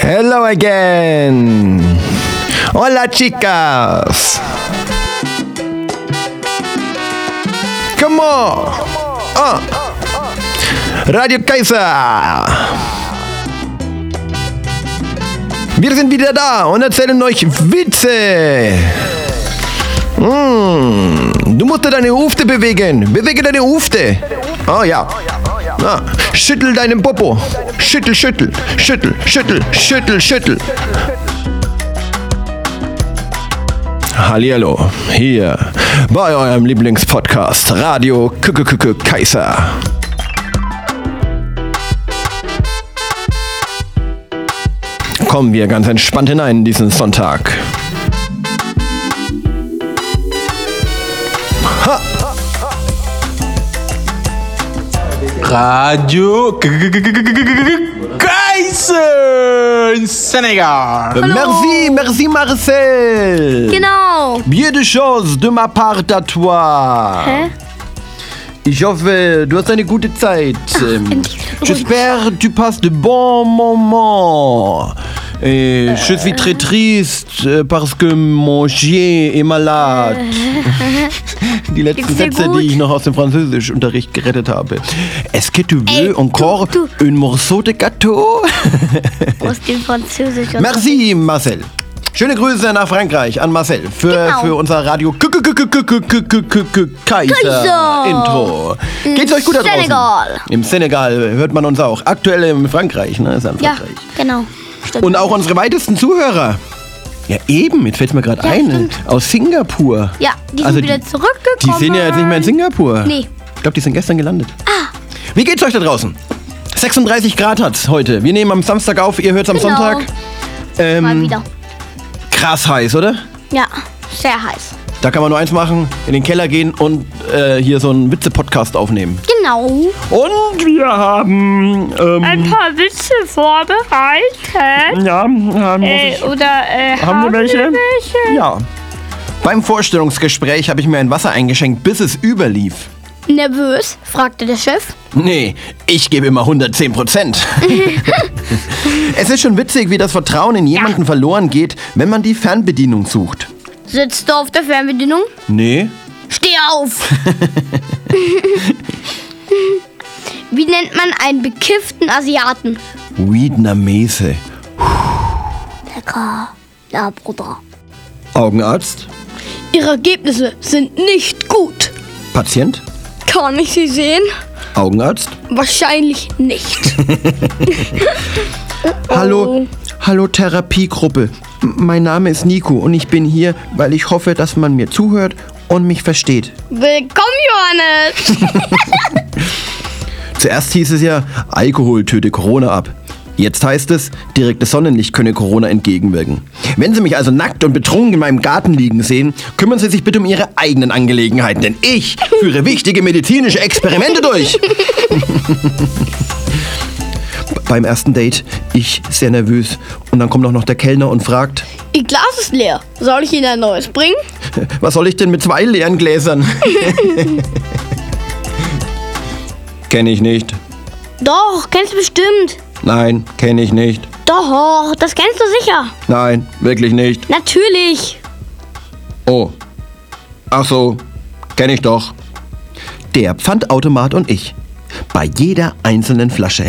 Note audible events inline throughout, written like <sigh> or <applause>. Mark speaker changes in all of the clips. Speaker 1: Hello again. Hola chicas. Come on. Ah. Radio Kaiser. Wir sind wieder da und erzählen euch Witze. Mm, du musst deine Hüfte bewegen. Bewege deine Hüfte. Oh ja. Ah, schüttel deinen Popo. Schüttel, schüttel, schüttel, schüttel, schüttel, schüttel. Hallihallo, hier bei eurem Lieblingspodcast Radio Kükükükü Kaiser. Kommen wir ganz entspannt hinein diesen Sonntag.
Speaker 2: Radio Kaiser in Senegal.
Speaker 1: Merci, merci Marcel.
Speaker 3: Genau.
Speaker 1: Bien de choses de ma part à toi.
Speaker 3: Hä?
Speaker 1: Ich hoffe, du hast eine gute Zeit. Ähm,
Speaker 3: endlich.
Speaker 1: J'espère tu passes de bons moments. Et je suis très triste äh, parce que mon chien est malade. <laughs> Die letzten
Speaker 3: Geht's dir
Speaker 1: Sätze,
Speaker 3: gut?
Speaker 1: die ich noch aus dem Französischunterricht gerettet habe. Est-ce que tu
Speaker 3: Ey,
Speaker 1: veux encore
Speaker 3: du,
Speaker 1: un morceau de gâteau? <laughs>
Speaker 3: Aus dem Französischen.
Speaker 1: Merci, Marcel. Schöne Grüße nach Frankreich an Marcel für,
Speaker 3: Genau.
Speaker 1: für unser Radio K- K- K- K- K- K- K- K- K- Kaiser
Speaker 3: Kaiser.
Speaker 1: Intro.
Speaker 3: Im
Speaker 1: Geht's euch gut da draußen?
Speaker 3: Senegal.
Speaker 1: Im Senegal hört man uns auch. Aktuell in Frankreich, ne? Ist ja in
Speaker 3: Ja,
Speaker 1: Frankreich.
Speaker 3: genau. Stimmt.
Speaker 1: Und auch unsere weitesten Zuhörer. Ja, eben, jetzt fällt mir gerade
Speaker 3: Ja,
Speaker 1: ein.
Speaker 3: stimmt.
Speaker 1: Aus Singapur. Also
Speaker 3: Ja, die sind wieder zurückgekommen.
Speaker 1: Die sind ja jetzt nicht mehr in Singapur.
Speaker 3: Nee.
Speaker 1: Ich glaube, die sind gestern gelandet. Ah. Wie geht's euch da draußen? 36 Grad hat's heute. Wir nehmen am Samstag auf, ihr hört's am
Speaker 3: Genau.
Speaker 1: Sonntag. Ähm,
Speaker 3: Mal wieder.
Speaker 1: krass heiß, oder?
Speaker 3: Ja, sehr heiß.
Speaker 1: Da kann man nur eins machen, in den Keller gehen und äh, hier so einen Witze-Podcast aufnehmen.
Speaker 3: Genau.
Speaker 1: Und wir haben... Ähm,
Speaker 4: ein paar Witze vorbereitet.
Speaker 1: ja, haben,
Speaker 4: Äh, oder äh,
Speaker 1: Haben wir welche?
Speaker 4: wir welche?
Speaker 1: ja. Beim Vorstellungsgespräch habe ich mir ein Wasser eingeschenkt, bis es überlief.
Speaker 3: Nervös? fragte der Chef.
Speaker 1: Nee, ich gebe immer 110 Prozent. es ist schon witzig, wie das Vertrauen in jemanden verloren geht, wenn man die Fernbedienung sucht.
Speaker 3: Sitzt du auf der Fernbedienung?
Speaker 1: Nee.
Speaker 3: Steh
Speaker 1: <laughs>
Speaker 3: auf! Wie nennt man einen bekifften Asiaten?
Speaker 1: Vietnamese.
Speaker 3: Lecker. Ja, Bruder.
Speaker 1: Augenarzt?
Speaker 3: Ihre Ergebnisse sind nicht gut.
Speaker 1: Patient?
Speaker 3: Kann ich sie sehen?
Speaker 1: Augenarzt?
Speaker 3: Wahrscheinlich nicht.
Speaker 1: Hallo, hallo Therapiegruppe. M- Mein Name ist Nico und ich bin hier, weil ich hoffe, dass man mir zuhört und mich versteht.
Speaker 3: Willkommen, Johannes!
Speaker 1: Zuerst hieß es ja, Alkohol töte Corona ab. Jetzt heißt es, direktes Sonnenlicht könne Corona entgegenwirken. Wenn Sie mich also nackt und betrunken in meinem Garten liegen sehen, kümmern Sie sich bitte um Ihre eigenen Angelegenheiten, denn ich führe wichtige medizinische Experimente durch. Beim ersten Date, ich sehr nervös. Und dann kommt auch noch der Kellner und fragt,
Speaker 3: Ihr Glas ist leer. Soll ich Ihnen ein neues bringen?
Speaker 1: was soll ich denn mit zwei leeren Gläsern? kenne ich nicht.
Speaker 3: Doch, kennst du bestimmt.
Speaker 1: Nein, kenne ich nicht.
Speaker 3: Doch, das kennst du sicher.
Speaker 1: Nein, wirklich nicht.
Speaker 3: Natürlich.
Speaker 1: Oh. Ach so, kenne ich doch. Der Pfandautomat und ich. Bei jeder einzelnen <laughs> Flasche.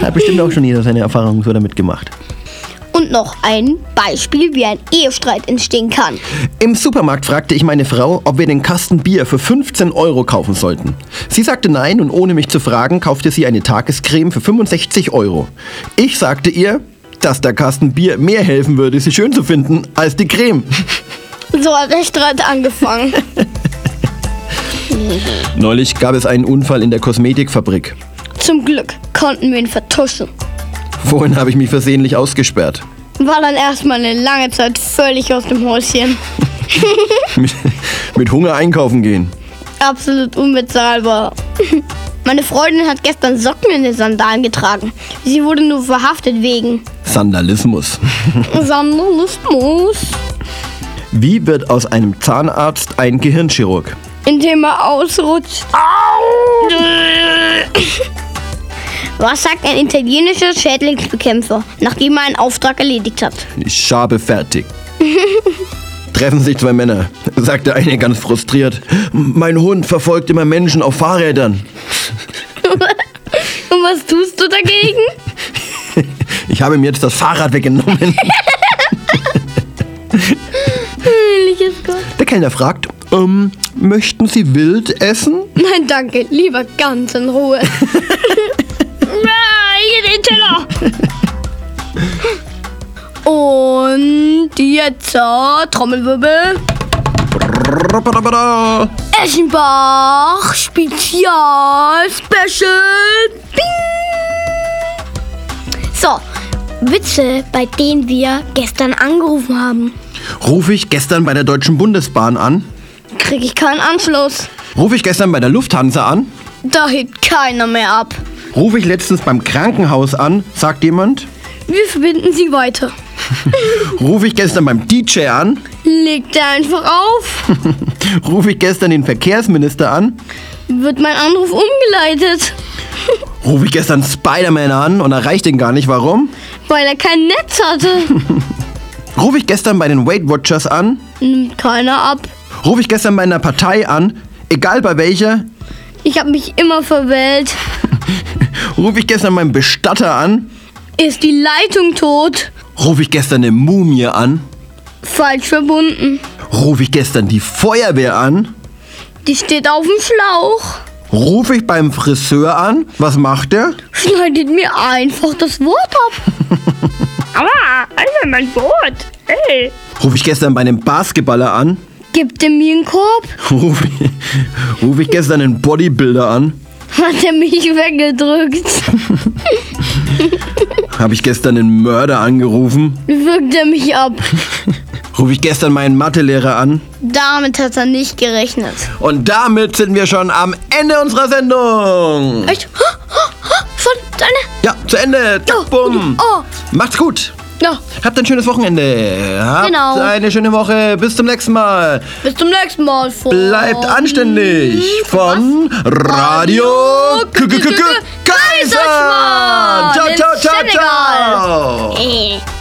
Speaker 1: Hat bestimmt auch schon jeder seine Erfahrungen so damit gemacht.
Speaker 3: Und noch ein Beispiel, wie ein Ehestreit entstehen kann.
Speaker 1: Im Supermarkt fragte ich meine Frau, ob wir den Kasten Bier für 15 Euro kaufen sollten. Sie sagte nein und ohne mich zu fragen, kaufte sie eine Tagescreme für 65 Euro. Ich sagte ihr, dass der Kasten Bier mehr helfen würde, sie schön zu finden, als die Creme.
Speaker 3: So hat der Streit angefangen.
Speaker 1: <laughs>
Speaker 3: <laughs>
Speaker 1: Neulich gab es einen Unfall in der Kosmetikfabrik.
Speaker 3: Zum Glück konnten wir ihn vertuschen.
Speaker 1: Vorhin habe ich mich versehentlich ausgesperrt. <laughs>
Speaker 3: War dann erstmal eine lange Zeit völlig aus dem Häuschen.
Speaker 1: Mit, mit Hunger einkaufen gehen.
Speaker 3: Absolut unbezahlbar. <laughs> Meine Freundin hat gestern Socken in den Sandalen getragen. Sie wurde nur verhaftet wegen
Speaker 1: Sandalismus.
Speaker 3: Sandalismus,
Speaker 1: Wie wird aus einem Zahnarzt ein Gehirnchirurg?
Speaker 3: indem er ausrutscht. Was sagt ein italienischer Schädlingsbekämpfer, nachdem er einen Auftrag erledigt hat?
Speaker 1: Ich habe fertig. Treffen sich zwei Männer, sagt der eine ganz frustriert. Mein Hund verfolgt immer Menschen auf Fahrrädern.
Speaker 3: Und was tust du <laughs> dagegen?
Speaker 1: Ich habe mir jetzt das Fahrrad weggenommen.
Speaker 3: Ähnliches Gott.
Speaker 1: Der Kellner fragt, ähm, möchten Sie wild essen?
Speaker 3: Nein, danke. Lieber ganz in Ruhe.
Speaker 4: Ah, hier den Teller.
Speaker 3: Und jetzt äh, Trommelwirbel.
Speaker 1: Rabadabada.
Speaker 3: Eschenbach Spezial Special. Bing. So, Witze, bei denen wir gestern angerufen haben.
Speaker 1: Rufe ich gestern bei der Deutschen Bundesbahn an?
Speaker 3: Krieg ich keinen Anschluss.
Speaker 1: Rufe ich gestern bei der Lufthansa an?
Speaker 3: Da hebt keiner mehr ab.
Speaker 1: Rufe ich letztens beim Krankenhaus an? Sagt jemand.
Speaker 3: Wir verbinden sie weiter.
Speaker 1: Rufe ich gestern beim DJ an?
Speaker 3: Legt er einfach auf,
Speaker 1: Rufe ich gestern den Verkehrsminister an?
Speaker 3: wird mein Anruf umgeleitet,
Speaker 1: Rufe ich gestern Spider-Man an und erreicht ihn gar nicht. Warum?
Speaker 3: weil er kein Netz hatte.
Speaker 1: Rufe ich gestern bei den Weight Watchers an?
Speaker 3: Nimmt keiner ab.
Speaker 1: Rufe ich gestern bei einer Partei an? Egal bei welcher? <laughs>
Speaker 3: Ich habe mich immer verwählt.
Speaker 1: Rufe ich gestern meinen Bestatter an?
Speaker 3: Ist die Leitung tot?
Speaker 1: Rufe ich gestern eine Mumie an?
Speaker 3: Falsch verbunden.
Speaker 1: Rufe ich gestern die Feuerwehr an?
Speaker 3: Die steht auf dem Schlauch.
Speaker 1: Rufe ich beim Friseur an? Was macht er?
Speaker 3: Schneidet mir einfach das Wort ab.
Speaker 4: Aua, Alter, mein Boot. Ey.
Speaker 1: Rufe ich gestern bei einem Basketballer an? <laughs>
Speaker 3: Gibt er mir einen Korb?
Speaker 1: Rufe ich, rufe ich gestern einen Bodybuilder an?
Speaker 3: Hat er mich <laughs> weggedrückt?
Speaker 1: Habe ich gestern einen Mörder angerufen?
Speaker 3: Wirkt er mich ab?
Speaker 1: Rufe ich gestern meinen Mathelehrer an?
Speaker 3: Damit hat er nicht gerechnet.
Speaker 1: Und damit sind wir schon am Ende unserer Sendung.
Speaker 3: Echt? Schon deine.
Speaker 1: Ja, zu Ende. Zack, bumm.
Speaker 3: Oh,
Speaker 1: Macht's gut.
Speaker 3: ja.
Speaker 1: Habt ein schönes Wochenende. Habt
Speaker 3: Genau.
Speaker 1: eine schöne Woche. Bis zum nächsten Mal.
Speaker 3: Bis zum nächsten Mal. Hm, Von
Speaker 1: Bleibt anständig von Radio K- K- K- K- Kaiserschmarrn. Ciao, ciao, ciao, ciao.
Speaker 3: Äh.